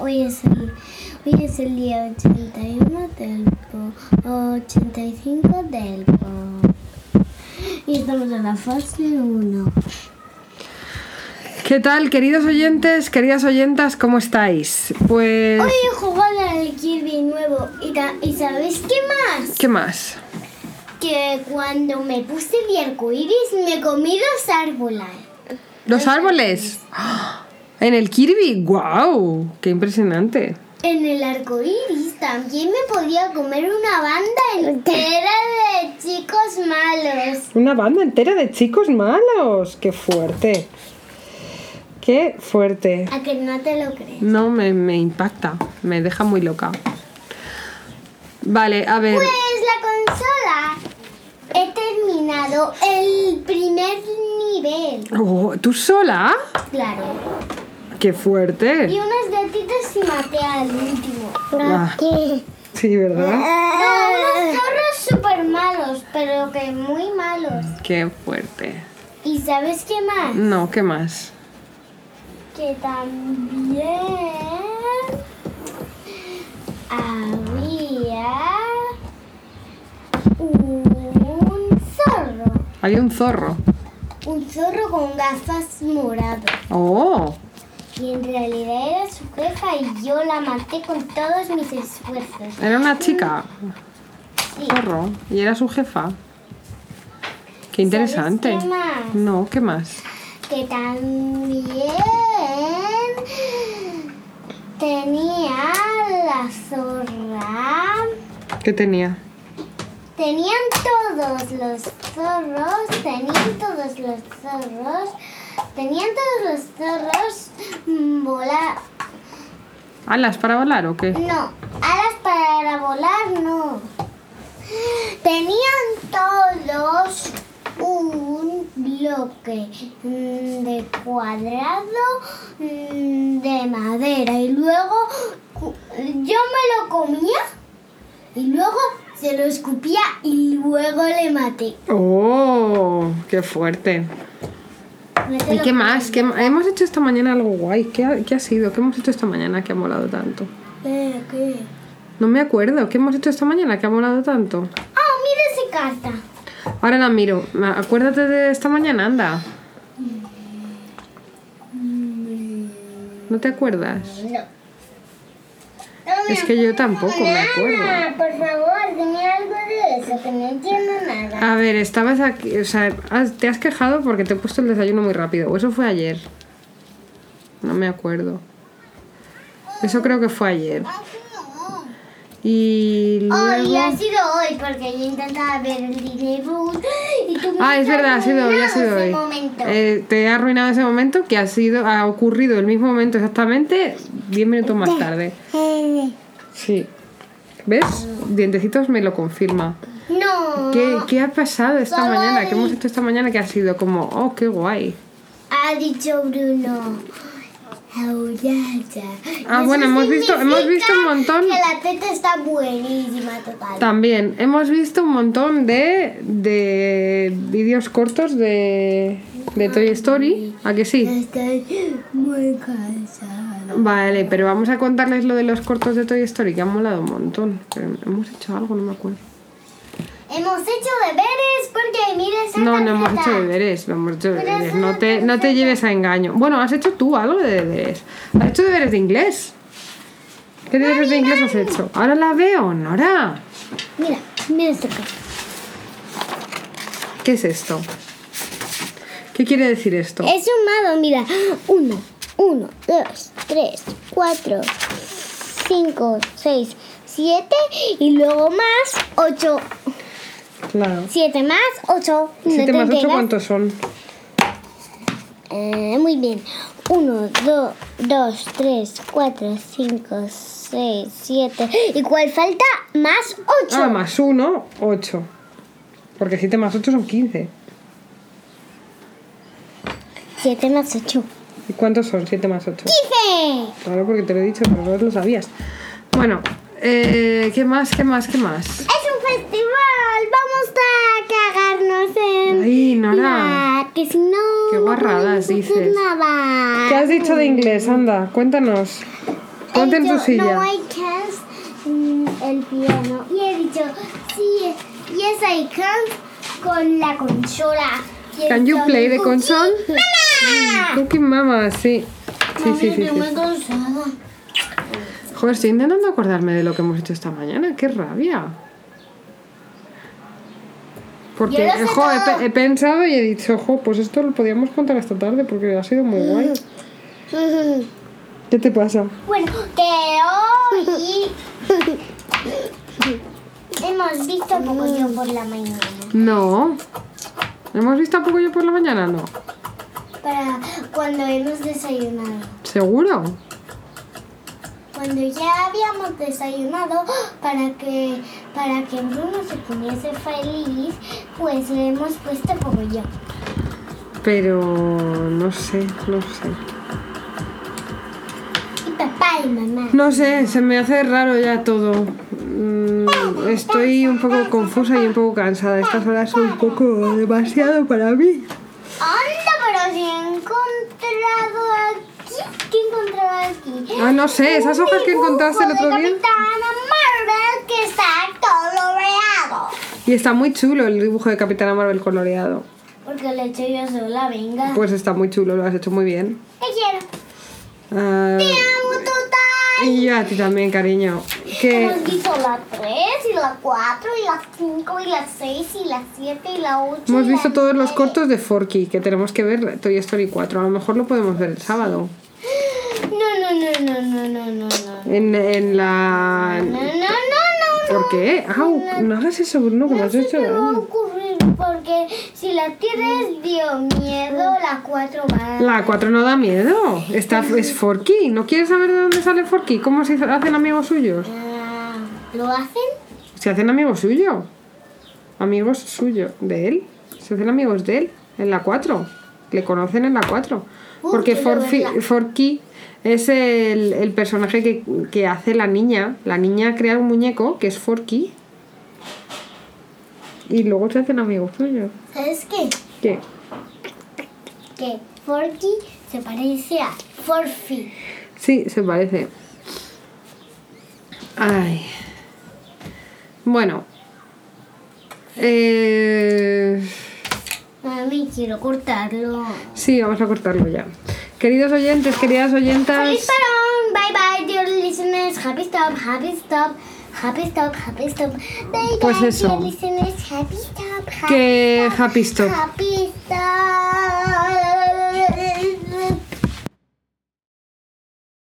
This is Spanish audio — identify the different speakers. Speaker 1: hoy es el, hoy es el día 81 del po- 85 del po- Y estamos en la fase 1.
Speaker 2: ¿Qué tal, queridos oyentes, queridas oyentas? ¿Cómo estáis? Pues,
Speaker 1: Hoy he jugado al Kirby nuevo y, ta- y ¿sabéis qué más?
Speaker 2: ¿qué más?
Speaker 1: Que cuando me puse mi arcoiris me comí dos árboles.
Speaker 2: Los árboles. ¡Ah! En el Kirby, wow, qué impresionante.
Speaker 1: En el arcoiris también me podía comer una banda entera de chicos malos.
Speaker 2: Una banda entera de chicos malos, qué fuerte. Qué fuerte.
Speaker 1: A que no te lo crees.
Speaker 2: No, me, me impacta, me deja muy loca. Vale, a ver.
Speaker 1: Pues la consola. He terminado el primer nivel.
Speaker 2: Oh, ¿Tú sola?
Speaker 1: Claro.
Speaker 2: ¡Qué fuerte!
Speaker 1: Y unos gatitos y maté al último.
Speaker 2: Ah, sí, ¿verdad?
Speaker 1: No, unos zorros súper malos, pero que muy malos.
Speaker 2: ¡Qué fuerte!
Speaker 1: ¿Y sabes qué más?
Speaker 2: No, ¿qué más?
Speaker 1: Que también había un zorro.
Speaker 2: Hay un zorro.
Speaker 1: Un zorro con gafas moradas.
Speaker 2: ¡Oh!
Speaker 1: Y en realidad era su jefa y yo la maté con todos mis esfuerzos.
Speaker 2: Era una chica,
Speaker 1: Sí.
Speaker 2: zorro, y era su jefa. ¡Qué interesante!
Speaker 1: ¿Sabes qué más?
Speaker 2: No, ¿qué más?
Speaker 1: Que también tenía la zorra.
Speaker 2: ¿Qué tenía?
Speaker 1: Tenían todos los zorros, tenían todos los zorros, tenían todos los zorros mm, vola-
Speaker 2: ¿Alas para volar o qué?
Speaker 1: No, alas para volar no. Tenían todos un bloque mm, de cuadrado mm, de madera y luego cu- yo me lo comía y luego se lo escupía y luego le maté.
Speaker 2: ¡Oh! ¡Qué fuerte!
Speaker 1: No te
Speaker 2: ¿Y
Speaker 1: lo
Speaker 2: qué más? ¿Qué ma- hemos hecho esta mañana algo guay. ¿Qué ha, qué ha sido? ¿Qué hemos hecho esta mañana que ha molado tanto?
Speaker 1: Eh, ¿qué?
Speaker 2: No me acuerdo. ¿Qué hemos hecho esta mañana que ha molado tanto?
Speaker 1: Ah, mira esa carta.
Speaker 2: Ahora la miro. Ma- Acuérdate de esta mañana, anda. ¿No te acuerdas?
Speaker 1: No.
Speaker 2: Es que yo tampoco me acuerdo.
Speaker 1: por favor, dime algo de eso, que no entiendo nada.
Speaker 2: A ver, estabas aquí, o sea, has- te has quejado porque te he puesto el desayuno muy rápido. O eso fue ayer. No me acuerdo. Eso creo que fue ayer. Y
Speaker 1: Hoy
Speaker 2: luego...
Speaker 1: ha sido hoy, porque yo intentaba ver el Disney Plus y tú me
Speaker 2: Ah, es
Speaker 1: has
Speaker 2: verdad, ha sido hoy, ha sido
Speaker 1: arruinado ese
Speaker 2: hoy.
Speaker 1: momento.
Speaker 2: Eh, te he arruinado ese momento que ha sido, ha ocurrido el mismo momento exactamente 10 minutos
Speaker 1: Este.
Speaker 2: más tarde. Eh. Sí. ¿Ves? Dientecitos me lo confirma.
Speaker 1: No.
Speaker 2: ¿Qué, qué ha pasado esta
Speaker 1: Solo
Speaker 2: mañana? ¿Qué hemos
Speaker 1: el-
Speaker 2: hecho esta mañana que ha sido como, oh, qué guay?
Speaker 1: Ha dicho Bruno. Aurora.
Speaker 2: Ah,
Speaker 1: Eso
Speaker 2: bueno, hemos visto- hemos
Speaker 1: significa
Speaker 2: visto un montón.
Speaker 1: Que la teta está buenísima, total.
Speaker 2: También hemos visto un montón de, de vídeos cortos de, de Toy Story. ¿A que sí?
Speaker 1: Estoy muy cansada.
Speaker 2: Vale, pero vamos a contarles lo de los cortos de Toy Story, que han molado un montón. Pero hemos hecho algo, no me acuerdo.
Speaker 1: Hemos hecho deberes porque mira esa
Speaker 2: No, no hemos
Speaker 1: tarjeta.
Speaker 2: hecho deberes, no hemos hecho
Speaker 1: Pero
Speaker 2: deberes.
Speaker 1: eso
Speaker 2: No
Speaker 1: no
Speaker 2: te,
Speaker 1: te
Speaker 2: no te lleves a engaño. Bueno, has hecho tú algo de deberes. Has hecho deberes de inglés. ¿Qué deberes de inglés has hecho? Ahora la veo, Nora.
Speaker 1: Mira, mira este esta carta.
Speaker 2: ¿Qué es esto? ¿Qué quiere decir esto?
Speaker 1: He sumado, mira. Uno, uno, dos, tres, cuatro, cinco, seis, siete y luego más ocho.
Speaker 2: Claro.
Speaker 1: Siete más ocho. ¿No te
Speaker 2: 7 más 8,
Speaker 1: enteras?
Speaker 2: ¿cuántos son?
Speaker 1: Eh, muy bien. 1, 2, 2, 3, 4, 5, 6, 7. ¿Y cuál falta? Más 8.
Speaker 2: Ah, más 1, 8. Porque 7 más 8 son 15.
Speaker 1: 7 más 8.
Speaker 2: ¿Y cuántos son 7 más 8?
Speaker 1: ¡Dice!
Speaker 2: Claro, porque te lo he dicho, pero no lo sabías. Bueno, eh, ¿qué más? ¿Qué más? ¿Qué más?
Speaker 1: Es un festival, vamos a cagarnos en
Speaker 2: Ay, Nora.
Speaker 1: la- que si no
Speaker 2: Qué
Speaker 1: no
Speaker 2: guarradas
Speaker 1: podemos hacer
Speaker 2: dices.
Speaker 1: nada.
Speaker 2: ¿Qué has dicho de inglés? Anda, cuéntanos. Ponte en tu
Speaker 1: dicho,
Speaker 2: silla.
Speaker 1: No hay cans mm, el piano. Y he dicho, sí, yes I can con la consola. Y he
Speaker 2: Can you
Speaker 1: dicho,
Speaker 2: play the
Speaker 1: "Cookie
Speaker 2: console?"
Speaker 1: Mama.
Speaker 2: Cooking Mama, sí. Sí,
Speaker 1: Mami,
Speaker 2: sí, sí,
Speaker 1: estoy
Speaker 2: sí.
Speaker 1: muy cansada.
Speaker 2: Joder, estoy intentando acordarme de lo que hemos hecho esta mañana. ¡Qué rabia! Porque,
Speaker 1: Yo lo sé
Speaker 2: eh, jo, he,
Speaker 1: todo.
Speaker 2: pe- he pensado y he dicho, jo, pues esto lo podíamos contar esta tarde porque ha sido muy guay. ¿Qué te pasa?
Speaker 1: Bueno, que hoy hemos visto poco yo por la mañana.
Speaker 2: No. ¿Hemos visto a poco yo por la mañana? No.
Speaker 1: Para cuando hemos desayunado.
Speaker 2: ¿Seguro?
Speaker 1: Cuando ya habíamos desayunado para que para que Bruno se pusiese feliz, pues le hemos puesto poco yo.
Speaker 2: Pero no sé, no sé.
Speaker 1: Y papá y mamá.
Speaker 2: No sé, se me hace raro ya todo. Mm, Estoy un poco confusa y un poco cansada. Estas horas son un poco demasiado para mí.
Speaker 1: Anda, pero si he encontrado aquí. ¿Qué he encontrado aquí?
Speaker 2: Ah, no sé, esas
Speaker 1: Un
Speaker 2: hojas que
Speaker 1: dibujo
Speaker 2: encontraste el otro
Speaker 1: de
Speaker 2: día.
Speaker 1: Capitana Marvel que está coloreado.
Speaker 2: Y está muy chulo el dibujo de Capitana Marvel coloreado.
Speaker 1: Porque lo he hecho yo sola, venga.
Speaker 2: Pues está muy chulo, lo has hecho muy bien.
Speaker 1: Te quiero.
Speaker 2: Ah,
Speaker 1: Te amo total.
Speaker 2: y yo a ti también, cariño. Que
Speaker 1: Hemos visto la 3 y la 4 y la 5 y la 6 y la 7 y la 8.
Speaker 2: hemos visto todos los cortos de Forky, que tenemos que ver Toy Story 4. A lo mejor lo podemos ver el sábado.
Speaker 1: No, no, no, no, no, no, no, no.
Speaker 2: En, en la...
Speaker 1: No, no, no, no.
Speaker 2: ¿Por qué? Au, no hagas eso, Bruno, que me
Speaker 1: No
Speaker 2: has
Speaker 1: se
Speaker 2: hecho
Speaker 1: te va a
Speaker 2: daño.
Speaker 1: ocurrir porque si la tienes dio miedo, la 4 va a...
Speaker 2: La 4 no da miedo. Esta es Forky. ¿No quieres saber de dónde sale Forky? ¿Cómo se hacen amigos suyos?
Speaker 1: Ah, ¿Lo hacen?
Speaker 2: Se hacen amigos suyos. Amigos suyos. ¿De él? Se hacen amigos de él. En la 4. Le conocen en la 4.
Speaker 1: Uh,
Speaker 2: Porque
Speaker 1: quiero
Speaker 2: Forfi-
Speaker 1: verla.
Speaker 2: Forky es el, el personaje que, que hace la niña. La niña crea un muñeco que es Forky. Y luego se hacen amigos suyos.
Speaker 1: ¿Sabes qué?
Speaker 2: ¿Qué?
Speaker 1: Que Forky se parece a Forfi.
Speaker 2: Sí, se parece. Ay. Bueno. Eh,
Speaker 1: Mami, quiero cortarlo.
Speaker 2: sí, vamos a cortarlo ya. Queridos oyentes, queridas oyentas.
Speaker 1: Please parón. Bye bye, dear listeners. Happy stop, happy stop, happy stop, happy stop. Bye
Speaker 2: Pues
Speaker 1: bye,
Speaker 2: eso.
Speaker 1: dear listeners. Happy stop, happy
Speaker 2: Que
Speaker 1: stop,
Speaker 2: happy stop.
Speaker 1: Happy stop.